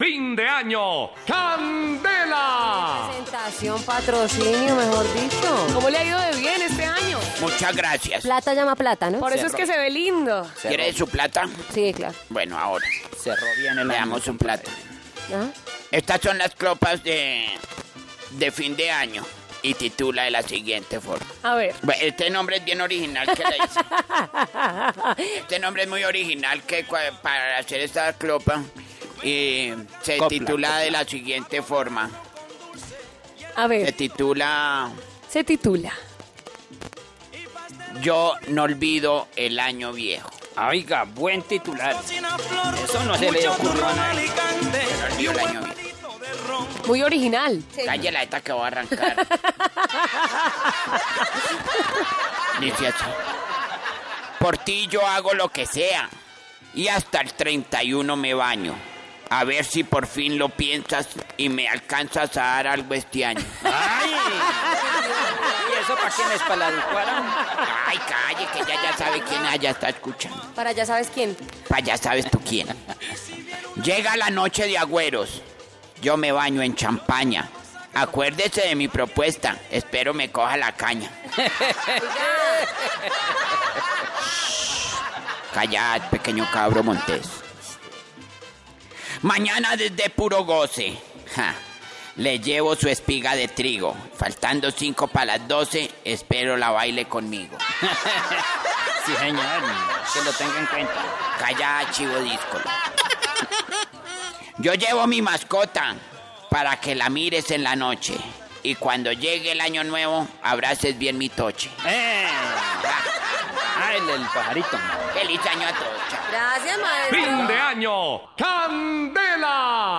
fin de año. ¡Candela! Presentación, patrocinio, mejor dicho. ¿Cómo le ha ido de bien este año? Muchas gracias. Plata llama plata, ¿no? Por eso es que se ve lindo. ¿Quiere su plata? Sí, claro. Bueno, ahora. Cerró bien el Le año. damos un plato. Ajá. Estas son las copas de, de fin de año y titula de la siguiente forma. A ver. Bueno, Este nombre es bien original que le hice. Este nombre es muy original que cua- para hacer esta clopa y se Copla, titula de la siguiente forma. A Se ver. titula Se titula. Yo no olvido el año viejo. Oiga, buen titular. Eso no se le ocurrió a nadie. No olvido el año viejo. Muy original. Cállala esta que voy a arrancar. Dice así. Por ti yo hago lo que sea. Y hasta el 31 me baño. A ver si por fin lo piensas y me alcanzas a dar algo este año. ¡Ay! ¿Y eso para quién es? ¿Para la adecuada? Ay, calle, que ya ya sabe quién allá está escuchando. Para ya sabes quién. Pa' ya sabes tú quién. Llega la noche de agüeros. Yo me baño en champaña. Acuérdese de mi propuesta. Espero me coja la caña. Callad, pequeño cabro Montés. Mañana desde puro goce. Ja. Le llevo su espiga de trigo. Faltando cinco para las doce, espero la baile conmigo. Sí, señor. Que lo tenga en cuenta. Calla, chivo disco. Yo llevo mi mascota para que la mires en la noche. Y cuando llegue el año nuevo, abraces bien mi toche. Ah. ¡Eh! ¡Ay, el, el pajarito! Feliz año a todos. chao. Gracias, maestro. Fin de año. ¡Candela!